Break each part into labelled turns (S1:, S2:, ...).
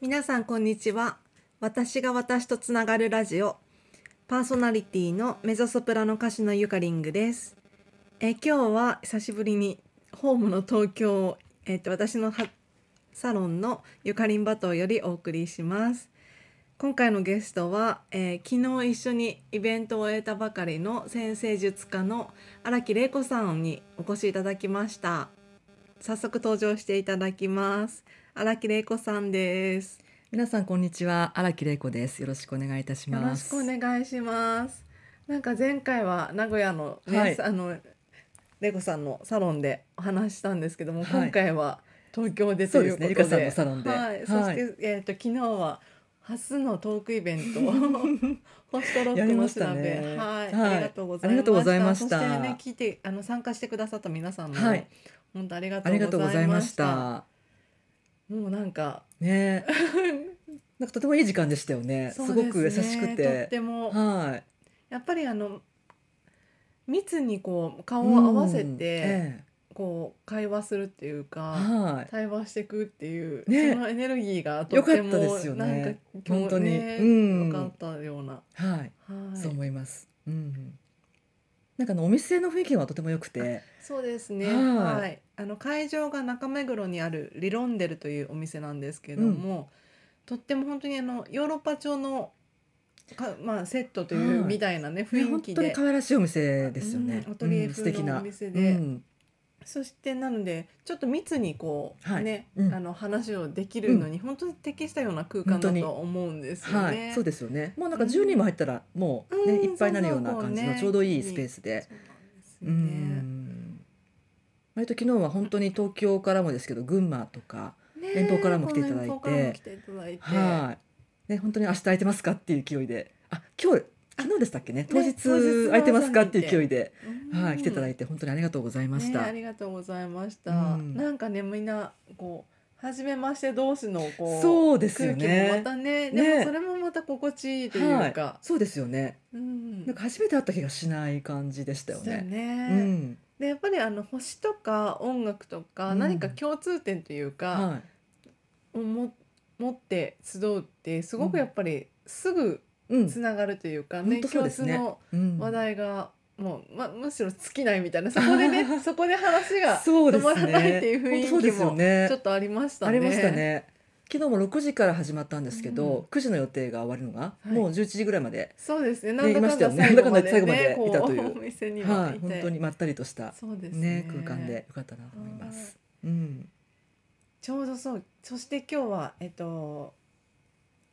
S1: 皆さんこんにちは私が私とつながるラジオパーソナリティのメゾソプラノ歌手のゆかりんぐですえー今日は久しぶりにホームの東京をえーと私のはサロンのゆかりんバトーよりお送りします今回のゲストは、えー昨日一緒にイベントを終えたばかりの先生術家の荒木玲子さんにお越しいただきました早速登場していただきます荒木玲子さんです
S2: 皆さんこんにちは荒木玲子ですよろしくお願いいたし
S1: よろ
S2: ま
S1: し
S2: す
S1: くお願いしますなんか前回は名古屋のね、
S2: はい
S1: あの玲子さんのサロンでお話ししたんですけども、
S2: はい
S1: 今回は東京でと
S2: そう
S1: い
S2: で
S1: うこ
S2: す
S1: とで
S2: ねゆかさんのサロンで
S1: はい、
S2: はい
S1: そして、えっ、と昨日は初のトークイベント 星とロックの調べ、
S2: やりましたね
S1: はい、
S2: はい
S1: ありがとうございました
S2: ありがとうございました
S1: そしてね聞いてあの参加してくださった皆さんも、
S2: はい
S1: 本当ありが
S2: ありが
S1: と
S2: と
S1: う
S2: う
S1: ご
S2: ご
S1: ざ
S2: ざ
S1: い
S2: い
S1: ま
S2: ま
S1: し
S2: したた
S1: もうなんか
S2: ねなんかとてもいい時間でしたよねす
S1: そう
S2: ご
S1: で
S2: く優し
S1: ね
S2: く
S1: とってても
S2: はい
S1: やっぱりあの密にこう顔を合わせ
S2: うん
S1: て
S2: ええ
S1: こう会話するっていうか、
S2: はい
S1: 対話していくっていう、
S2: ね
S1: そのエネルギーがとっても
S2: よかったですよね
S1: なんか
S2: 本当に
S1: ね
S2: うん
S1: よかったような、
S2: はい
S1: はい、
S2: そう思いますうんなんかあのお店の雰囲気はとても良くて
S1: そうですねは、
S2: はいい
S1: あの会場が中目黒にあるリロンデルというお店なんですけども、とっても本当にあのヨーロッパ調のかまあセットという
S2: はい
S1: みたいなね
S2: ね
S1: 雰囲
S2: 本
S1: 気
S2: 当に
S1: で
S2: 可愛らしいお店ですよね
S1: うんアトリエ
S2: うん素
S1: 風
S2: 敵
S1: のお
S2: な
S1: 店で
S2: うん
S1: そしてなのでちょっと密にこう、
S2: はい
S1: ね、
S2: うん
S1: あの話をできるのに本当に適したような空間だ
S2: 本当に
S1: と思うんですよ
S2: は
S1: ね。
S2: いそうですよねもうなんか10人も入ったらもう
S1: うん
S2: ねいっぱいになるような
S1: そうそう
S2: 感じ
S1: こう
S2: の
S1: ね
S2: ちょうどいいスペースで
S1: そうなんです
S2: う
S1: よね。
S2: ん割と昨日は本当に東京からもですけど群馬とか、
S1: ね
S2: 遠方からも来ていただいて
S1: 遠方からも来ていただいて
S2: はい、ね、本当に明日空いてますかっていう勢いであ今日昨日でしたっけね当
S1: ね
S2: 日
S1: 当日の
S2: 空いてますかっていう
S1: 朝に
S2: 勢いで、
S1: うん
S2: はい、来ていただいて本当にありがとうございました、
S1: ね、ありがとうございました。
S2: うん
S1: なんかねみんなこう初めまして同士のこう
S2: そうですよ
S1: 空
S2: ね
S1: 気もまたねでも
S2: ね
S1: それもまた心地いいと
S2: は
S1: いう
S2: い
S1: か、
S2: そうですよね
S1: うん
S2: なんか初めて会った気がしない感じでしたよ
S1: そうだ
S2: ねう
S1: ね
S2: ん
S1: でやっぱりあの星とか音楽とか
S2: うん
S1: 何か共通点というか、
S2: は
S1: をも持って集うってすご
S2: う
S1: く
S2: ん
S1: やっぱりすぐ
S2: い、うん
S1: つながるというかね、
S2: 本当そう
S1: 共
S2: です
S1: 通
S2: ね
S1: の
S2: うん
S1: 話題がもう、ま、むしろ尽きないみたいなそこで ねそこで話が
S2: そうで
S1: 止
S2: す
S1: ま
S2: ね
S1: らないっていう
S2: 本当そう
S1: 雰囲
S2: で
S1: 気
S2: すよ
S1: も
S2: ね
S1: ちょっとありましたね。
S2: ありましたね昨日も6時から始まったんですけ
S1: うん
S2: ど、9時の予定が終わるのが、
S1: はい
S2: もう11時ぐらいまで
S1: そうですね。なん
S2: ね
S1: だかんだ
S2: いましたよ
S1: 最
S2: ね
S1: 後までね、
S2: なんだかんだ最後までいたという
S1: こお店には
S2: はい
S1: て、
S2: い、本当にまったりとした
S1: そうですね
S2: ね空間でよかったなと思います。うん、
S1: ちょうどそう。そして今日はえっと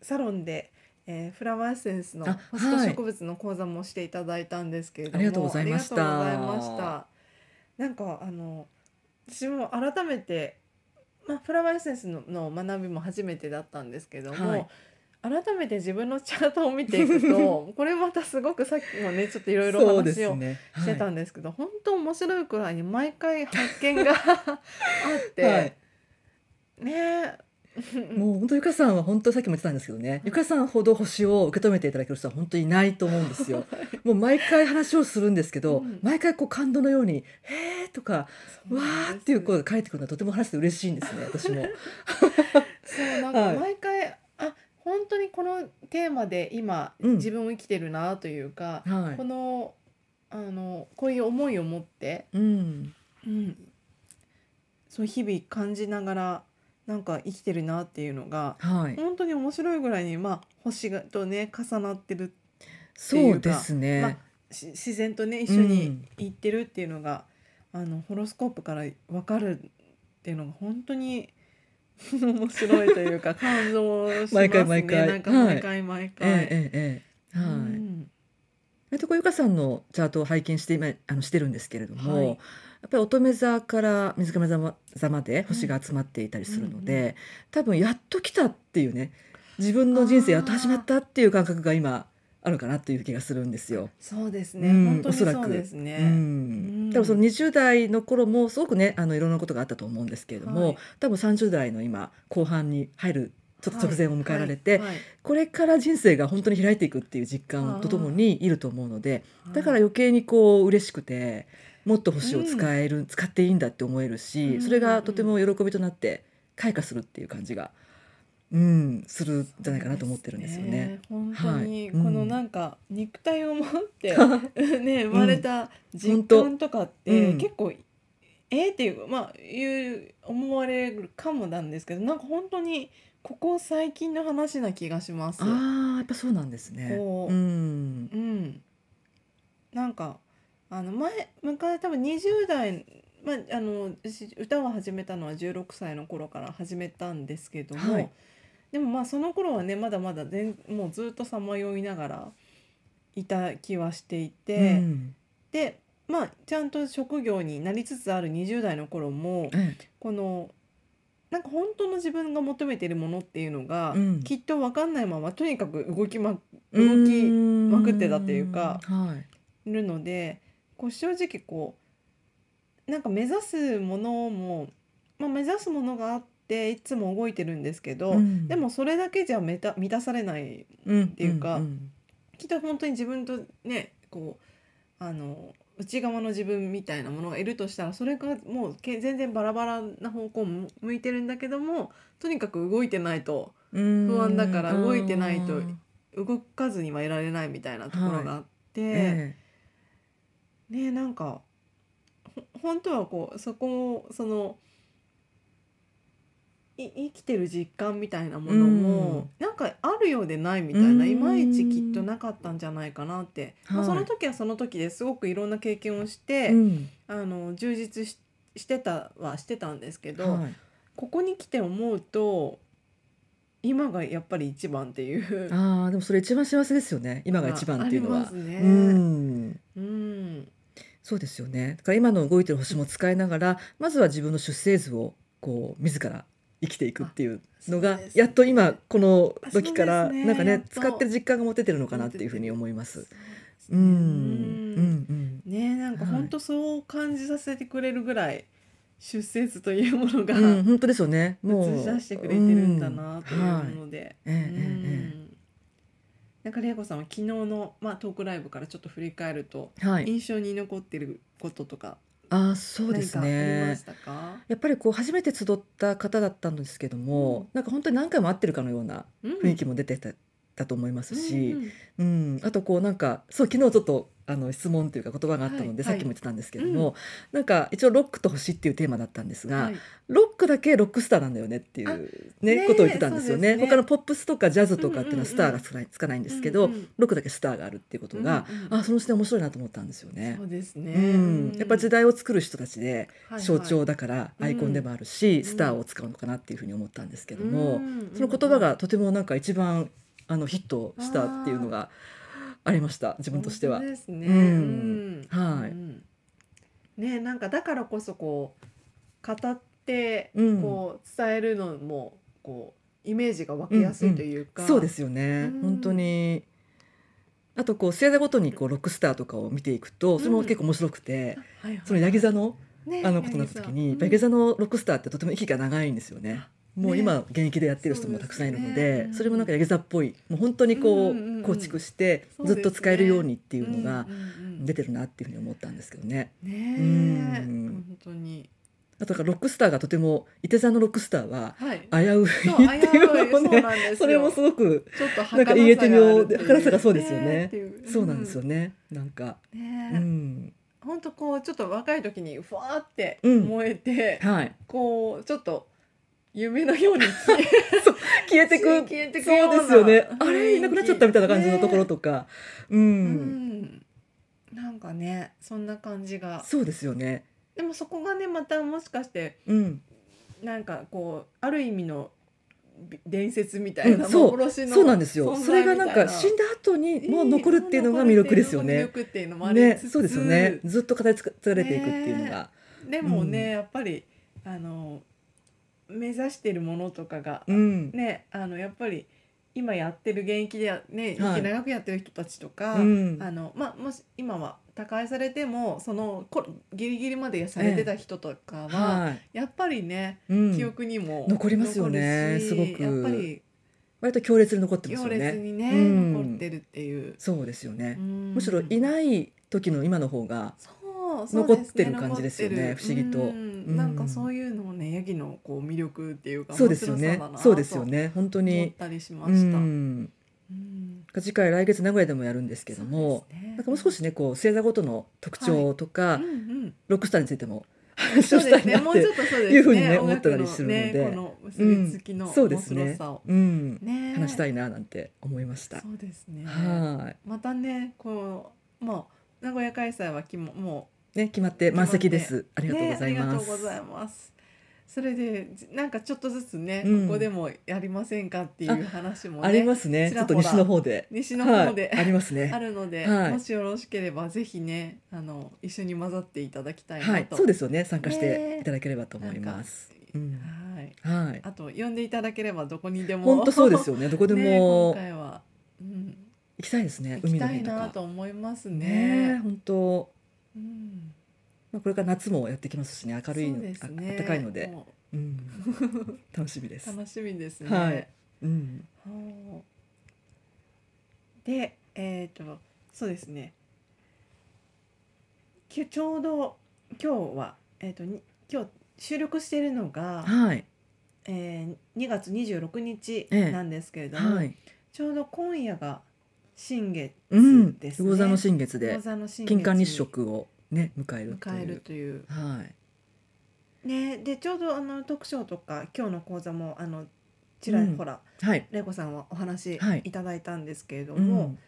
S1: サロンで、えー、フラワーエッセンスの
S2: あ
S1: ホスト
S2: はい
S1: 植物の講座もしていただいたんですけれども、
S2: ありがとうございました
S1: ありがとうございましたなんかあの私も改めて、まあフラワーエッセンスのの学びも初めてだったんですけども。
S2: はい
S1: 改めて自分のチャートを見ていく とこれまたすごくさっきもねちょっといろいろ
S2: そうで
S1: 話
S2: す
S1: を
S2: ね。は
S1: し
S2: い
S1: てたんですけど、本当面白いくらいに毎回発見が あって、
S2: はい、
S1: ねえ
S2: もう本当ゆかさんは本当さっきも言ってたんですけどね、ゆかさんほど星を受け止めていただける人は本当にいないと思うんですよ。もう毎回話をするんですけど、
S1: うん
S2: 毎回こう感動のように「へーとか「わー」っていう声が返ってくるのはとても話して嬉しいんですね私も。
S1: そうなんか
S2: はい
S1: 毎回、あ本当にこのテーマで今、
S2: うん
S1: 自分を生きてるなというか、
S2: は
S1: こ
S2: い
S1: のあのこういう思いを持って、
S2: うん、
S1: そう日々感じながらなんか生きてるなっていうのが
S2: はい、
S1: 本当に面白いぐらいに、まあ、星がとね重なってる
S2: そうですね。
S1: まあし自然とね一緒に行ってるっていうのが、あのホロスコープから分かるっていうのが本当に 面白いという か感動しますね
S2: 毎回毎回
S1: なんか毎回毎
S2: え
S1: 回、
S2: えええええはい。
S1: うん
S2: えっとこうゆかさんのチャートを拝見して今あのしてるんですけれども、
S1: はい
S2: やっぱり乙女座から水亀座ま座まで星が集まっていたりするので、
S1: うんう
S2: 多分やっと来たっていうね自分の人生やっと始まったっていう感覚が今あるかなという気がするんですよ。
S1: そうですね、
S2: うん
S1: 本当に
S2: おそらく
S1: そうですね、
S2: うん多分その20代の頃もすごくねあのいろんなことがあったと思うんですけれども、
S1: はい
S2: 多分30代の今後半に入るちょっと直前を迎えられて、
S1: はいはい
S2: これから人生が本当に開いていくっていう実感とともにいると思うので
S1: はい
S2: だから余計にこう嬉しくてもっと星を使える、使っていいんだって思える
S1: うん
S2: しそれがとても喜びとなって開花するっていう感じがうん、するんじゃないかなと思ってるんですよね。
S1: そうですね本当に、
S2: はいうん
S1: このなんか肉体を持って ね生まれた実感とかって、
S2: うん
S1: 結構えー、っていうまあいう思われるかもなんですけどなんか本当にここ最近の話な気がします。
S2: ああ、やっぱそうなんですね。
S1: こ
S2: う、
S1: うんうん、なんかあの前昔多分20代、まあ、あの私歌を始めたのは16歳の頃から始めたんですけども、
S2: はい
S1: でもまあその頃はねまだまだ全もうずっとさまよいながらいた気はしていて、
S2: うん
S1: でまあちゃんと職業になりつつある20代の頃も
S2: ええ
S1: このなんか本当の自分が求めているものっていうのが、
S2: うん
S1: きっと分かんないままとにかく動きま動きまくってたっていうか
S2: うんはい、
S1: るのでこう正直こうなんか目指すものも、まあ、目指すものがあっていつも動いてるんですけど、
S2: うん
S1: でもそれだけじゃ満た満たされない
S2: って
S1: いうか
S2: ん
S1: きっと本当に自分とねこうあの内側の自分みたいなものがいるとしたらそれがもうけ全然バラバラな方向を向いてるんだけどもとにかく動いてないと
S2: うん
S1: 不安だから動いてないと
S2: うん
S1: 動かずにはいられないみたいなところがあって。
S2: え
S1: ねなんかほ本当はこうそこをそのい生きてる実感みたいなものも、なんかあるようでないみたいな、
S2: うん
S1: いまいちきっとなかったんじゃないかなって、ま
S2: は
S1: あ、
S2: い
S1: その時はその時ですごくいろんな経験をし
S2: え
S1: て、
S2: うん
S1: あの充実ししてたはしてたんですけど、
S2: はい
S1: ここに来て思うと今がやっぱり一番っていう
S2: ああでもそれ一番幸せですよね今が一番っていうの
S1: ありま
S2: は
S1: す。ね
S2: うん
S1: うん
S2: そうですよねだから今の動いてる星も使いながらまずは自分の出生図をこう自ら生きていくっていうの
S1: あそ
S2: が
S1: うですね
S2: やっと今この時か
S1: あ
S2: ら
S1: そうですね
S2: なんか
S1: やっ
S2: ね
S1: と
S2: 使ってる実感が持ててるのかなっていうふうに思います。
S1: う
S2: う
S1: ん
S2: んうん
S1: ねなんか
S2: はい
S1: 本当そう感じさせてくれるぐらい出生図というものが
S2: うんうん本当ですよねもう
S1: 映し出してくれてるんだなという
S2: うんはい
S1: もので、
S2: ええええ
S1: うんなんか玲子さんは昨日の、まあ、トークライブからちょっと振り返ると
S2: はい、
S1: 印象に残ってることとか
S2: ああそうで
S1: 何
S2: す
S1: かありま
S2: ね
S1: し。たか、
S2: やっぱりこう初めて集った方だったんですけど
S1: う
S2: も、
S1: ん
S2: なんか本当に何回も会ってるかのような
S1: うん
S2: 雰囲気も出てた,、だと思いますし、
S1: うん
S2: うん
S1: うん
S2: あとこうなんかそう昨日ちょっとあの質問というか言葉があったので、
S1: はい
S2: さっきも言ってたんですけども、なんか一応「ロックと星」っていうテーマだったんですが、
S1: はい
S2: ロックだけロックスターなんだよねっていう、ね
S1: ねえ
S2: ことを言ってたんですよね
S1: そうですね
S2: 他のポップスとかジャズとかっていうのはスターがつかないつかないんですけど、
S1: うんうん
S2: ロックだけスターがあるっていうことが、
S1: うんうん
S2: あその視点面白いなと思ったんですよね
S1: そ。うですね、
S2: うん、やっぱ時
S1: 代
S2: 代を作る人たちで象徴だから
S1: うん
S2: アイコンでもあるし、
S1: ん
S2: スターを使うのかなっていうふうに思ったんですけ
S1: け
S2: ども、その言葉がとてもなんか一番あのヒットしたっていうのがありました自分としては
S1: 本当。ですね。
S2: うん
S1: うん
S2: はい
S1: うんねなんかだからこそこう語って
S2: うん
S1: こう伝えるのもこうイメージが湧きやすいというか。
S2: そうですよね、
S1: うん
S2: 本当にあとこう世代ごとにこうロックスターとかを見ていくとそれも結構面白くて、
S1: はいはい。
S2: そのヤギ座の
S1: ね
S2: あのことになった時に、
S1: ヤギ座
S2: ヤギ座のロックスターってとても息が長いんですよね。もう今
S1: ね
S2: 現役でやってる人もたくさんいるの
S1: そうです
S2: で
S1: ねうん
S2: それもなんかヤギ座っぽいもう本当にこ
S1: うんうんうん
S2: う構築して
S1: そうです
S2: ず
S1: ね
S2: っと使えるようにってい
S1: うん
S2: うのが
S1: うんうんうん
S2: 出てるなっていうふうに思ったんですけどね。
S1: ねえ
S2: うん
S1: 本当に
S2: あとだからロックスターがとても伊手座のロックスターは
S1: はい
S2: 危うい
S1: そう
S2: っていうのを
S1: 危ういそう
S2: ね
S1: なんですよ
S2: それもすごく
S1: ちょっと
S2: なんか言えてみようで
S1: 儚
S2: 儚さがそうですよね
S1: っていう
S2: そうなんですよねなんか
S1: ね
S2: う
S1: え
S2: ん
S1: 本当こうちょっと若い時にふわーって
S2: うん
S1: 燃えて、
S2: はい
S1: こうちょっと夢のように消え
S2: 消えてく
S1: 消えてくような
S2: そうですよね
S1: 雰囲気
S2: あれいなくなっちゃったみたいな感じのところとかう
S1: うんん、なんかねそんな感じが
S2: そうですよね
S1: でもそこがねまたもしかして
S2: うん
S1: なんかこうある意味のび伝説みたいな、
S2: うんそう
S1: 幻の
S2: そうなんですよ
S1: 存在
S2: それが
S1: みた
S2: ないんか死んだ後にもう残るっていうの
S1: い
S2: が
S1: い
S2: 魅力ですよ
S1: 魅
S2: ね
S1: 力っていうのもあり
S2: ね
S1: つつ
S2: そうですよねずっと語り継がれていくっていうのが
S1: でもね、
S2: うん
S1: やっぱりあの目指してるものとかが
S2: うん
S1: ねあのやっぱり今やってる現役でやね
S2: はい
S1: 息長くやってる人たちとか、
S2: うん
S1: あのまあもし今は他界されてもそのこギリギリまでされてた人とかは、
S2: はい
S1: やっぱりね
S2: うん
S1: 記憶にも
S2: 残りますよね
S1: 残るし
S2: すごく
S1: やっぱり
S2: 割と強烈に残ってます
S1: 行
S2: よ
S1: 列
S2: ね
S1: にね
S2: うん
S1: 残ってるっていう、
S2: そうですよね
S1: うん
S2: むしろいない時の今の方が
S1: そうそうそうですね
S2: 残ってる感じですよね
S1: 残ってる
S2: 不思議と
S1: うん
S2: うん
S1: なんかそういうのもねヤギのこう魅力っていうか
S2: そうですよね
S1: 面白さだな
S2: そうですよね本
S1: と
S2: 当
S1: 思っ
S2: に
S1: たりしま
S2: う
S1: した、うん
S2: ん次回来月名古屋でもやるんですけども、
S1: そうですね
S2: なんかもう少しねこう星座ごとの特徴とか、
S1: うんうん
S2: ロックスターについても話
S1: そ
S2: を
S1: う
S2: した
S1: です
S2: い
S1: ね
S2: な
S1: も
S2: っ
S1: うち
S2: て
S1: ょっとそうですね
S2: いうふうにね
S1: 音楽
S2: 思ったりするので
S1: ねこの結びつきの
S2: そう
S1: 面
S2: です
S1: 白
S2: ね
S1: さを、
S2: うん、
S1: ね
S2: 話した
S1: い
S2: いななんて思いました。
S1: そうですね
S2: は
S1: またねこうもう名古屋開催はきもも
S2: い。ね決まって満席です。あ
S1: う
S2: りがとうござい
S1: ね、あり
S2: ま
S1: がとうござい
S2: す。
S1: ますそれでじなんかちょっとずつね、
S2: うん
S1: ここでもやりませんかっていう話もね
S2: ありますね。
S1: ち
S2: ち
S1: ら
S2: ょっ
S1: ほ
S2: と
S1: ら
S2: 西の方で。
S1: 西の方で、
S2: はい、あります
S1: あ
S2: ね。
S1: るので、
S2: はい
S1: もしよろしければぜひねあの一緒に混ざっていただきたい
S2: は、
S1: ないと、
S2: そうですよね。参加していただければと思います。うん、
S1: はい
S2: はい。
S1: あと呼んでいただければどこにでも
S2: 本当そうです
S1: よ
S2: よね。どこで
S1: ね今
S2: も
S1: 回は、うん、
S2: 行きたいですね。
S1: 行き
S2: 海の
S1: た
S2: 上
S1: い
S2: と
S1: な
S2: か。
S1: と思います
S2: ね
S1: ね。
S2: 本当。
S1: うん、
S2: まあこれから夏もやってきますしね。明るい
S1: そう
S2: の、
S1: です
S2: あ
S1: ね
S2: 暖かいので、
S1: も
S2: うん、
S1: う
S2: 楽しみです。
S1: 楽しみですね。
S2: はいうん、
S1: はあで、えっ、と、そうですね。きゅちょうど今日は、えっ、と、に今日収録しているのが、
S2: はい、
S1: えー、2月26日
S2: ええ
S1: なんですけれども、
S2: はい、
S1: ちょうど今夜が新月
S2: うん、
S1: ですね。
S2: 魚座の新月で
S1: 魚座の新月
S2: 金
S1: に
S2: 環日食をね迎えると
S1: 迎え
S2: い
S1: る
S2: う。
S1: という。
S2: はい、
S1: ね、でちょうどあの特賞とか今日の講座もあのちらほら、
S2: はい、
S1: 玲子さんはお話
S2: はい
S1: いただいたんですけれど
S2: う
S1: も、
S2: ん、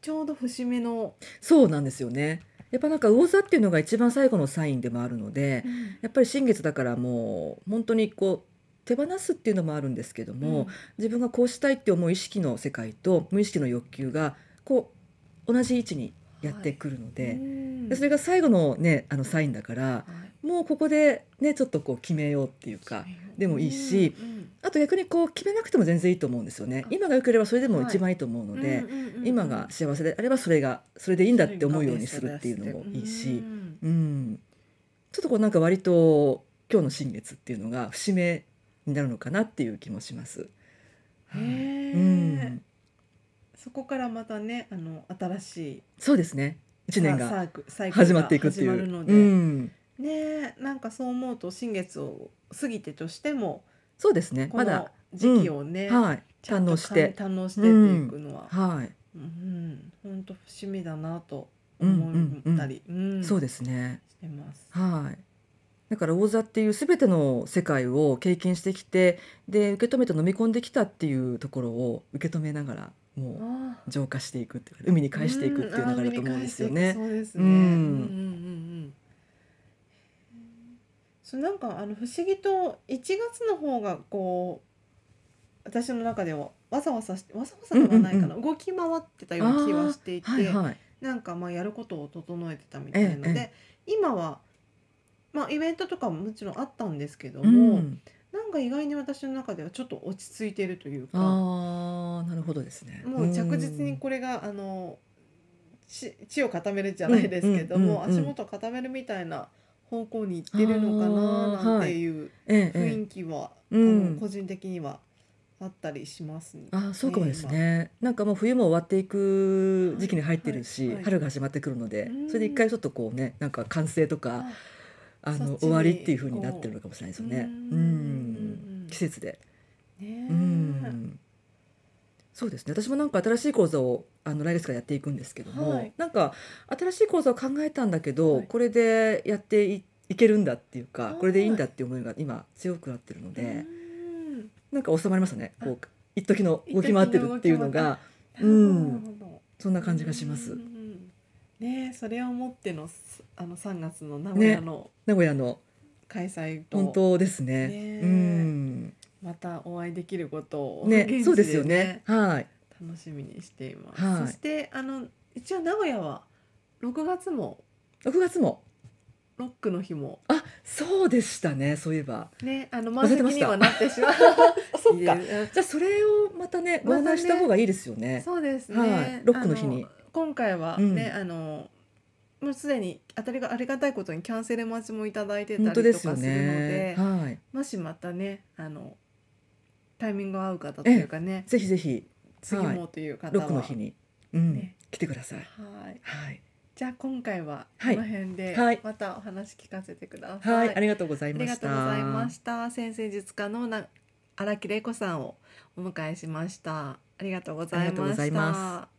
S1: ちょうど節目の、
S2: そうなんですよね。やっぱなんか魚座っていうのが一番最後のサインでもあるので、やっぱり新月だからもう本当にこう。手放すっていうのもあるんですけども、自分がこうしたいって思う意識の世界と無意識の欲求がこう同じ位置にやってくるの
S1: う
S2: で,、
S1: ん
S2: でそれが最後のねあのサインだから
S1: はい
S2: もうここでねちょっとこう決めようっていうかでもいいし
S1: うんうん
S2: あと逆にこう決めなくても全然いいと思うんですよね
S1: あ
S2: 今が良ければそれでも
S1: はい
S2: 一番いいと思うので、
S1: うんうんうんうん
S2: 今が幸せであればそれがそれでいいんだって思うようにするっていうのもいいし
S1: う、ん
S2: うん、ちょっとこうなんか割と今日の新月っていうのが節目になるのかなっていう気もします。
S1: へ
S2: はい
S1: え
S2: うん、
S1: そこからまたねあの新しい
S2: そうですね一年
S1: サ
S2: が
S1: ークサイクル
S2: 始
S1: が
S2: まっていくっていう。
S1: 始まるので、
S2: うん、
S1: ねなんかそう思うと新月を過ぎてとしても
S2: そうですね
S1: こ
S2: ま
S1: の
S2: だ、
S1: 時期をね、
S2: はい、
S1: ちゃ
S2: 堪
S1: んと
S2: 能して。
S1: 堪能してっていくのは、
S2: はい、
S1: うん、本当節目だなと
S2: うん
S1: 思
S2: うんうん
S1: ったり、うん
S2: そうですね。
S1: してます。
S2: はい。だから王座っていう全ての世界を経験してきてで受け止めて飲み込んできたっていうところを受け止めながらも
S1: あ
S2: う浄化していくっていうか海
S1: ー
S2: に返していくっていう流れだと思うんですよ
S1: あー
S2: ね。
S1: 海に返していくそうですね。う
S2: うんん
S1: うんうんうんそうなんかあの不思議と1月の方がこう私の中ではわさわさしてわさわさではないかな、動き回ってたような気はしていて、
S2: はいはい。
S1: なんかまあやることを整えてたみたいなので、
S2: え
S1: 今はまあイベントとかももちろんあったんですけど
S2: う
S1: も、
S2: ん、
S1: なんか意外に私の中ではちょっと落ち着いているというか。
S2: ああなるほどですね。
S1: もう着実にこれが、あの地地を固めるじゃないですけども、
S2: うんうんうんうん
S1: 足元を固めるみたいな方向に行ってるのかななんていう
S2: うんえええ
S1: 雰
S2: え
S1: 囲気は、
S2: うん
S1: あの個人的にはあったりしますね。
S2: あーそうかもですね。なんかもう冬も終わっていく時期に入ってるし、
S1: はいはい
S2: 春が始まってくるので、
S1: うん
S2: それで一回ちょっとこうねなんか完成とか。
S1: あ
S2: あ
S1: そっち
S2: の
S1: に
S2: 終わりっていう風になってるのかもしれないですよね。
S1: こ
S2: う
S1: ううんうんうん
S2: ん季節で。
S1: ねえ
S2: うんそうですね。私もなんか新しい講座をあの来月からやっていくんですけども、
S1: はい
S2: なんか新しい講座を考えたんだけど、
S1: はい
S2: これでやっていいけるんだっていう
S1: は
S2: か
S1: い、
S2: これでいいんだっていう思いが今強くなってるので、
S1: うん
S2: なんか収まりましたね。こう一時の
S1: 一時の
S2: 動き回ってるっていうのがうん
S1: なるほど
S2: そんな感じがしま
S1: う
S2: す
S1: んう。んうんねえそれをもってのあの3月の名古屋の
S2: 名古屋の
S1: 開催と、
S2: 本当ですね。
S1: ね
S2: うん。
S1: またお会いできることを現地
S2: ね、そうですよね。はい。
S1: 楽しみにしています、
S2: はい
S1: そしてあの一応名古屋は6月も
S2: 6月も。
S1: ロックの日も
S2: あ、そうでしたね。そういえば。
S1: ねあの満
S2: 忘れ
S1: 席
S2: てまし
S1: に
S2: た
S1: はなってしまう
S2: あ そっ
S1: い
S2: か。
S1: え
S2: じゃあそれをまたね、
S1: またね
S2: ご案内した方がいいですよね。
S1: そうですね、
S2: はいロックの日に
S1: あ今回はね、
S2: うん
S1: あのもうすでに当たりがありがたいことにキャンセル待ちもいただいてたり
S2: 本
S1: と
S2: 当
S1: か
S2: ですす
S1: る
S2: よ
S1: ので
S2: ね。はい。
S1: もしまたねあのタイミングが合う方というかね
S2: ぜひぜひ
S1: 次もという方
S2: ロ
S1: は、
S2: ックの日に、うん
S1: ね
S2: 来てください。
S1: はい
S2: はい。
S1: じゃあ今回はこ
S2: はい
S1: の辺で
S2: はい
S1: またお話聞かせてください。
S2: はい、ありがとうござい
S1: あ
S2: ま
S1: りが
S2: し
S1: と
S2: た。
S1: うございました。先生術家のな荒木玲子さんをお迎えしました。ありがとうござ
S2: あ
S1: い
S2: りがとう
S1: ま
S2: ござい
S1: し
S2: ま
S1: た。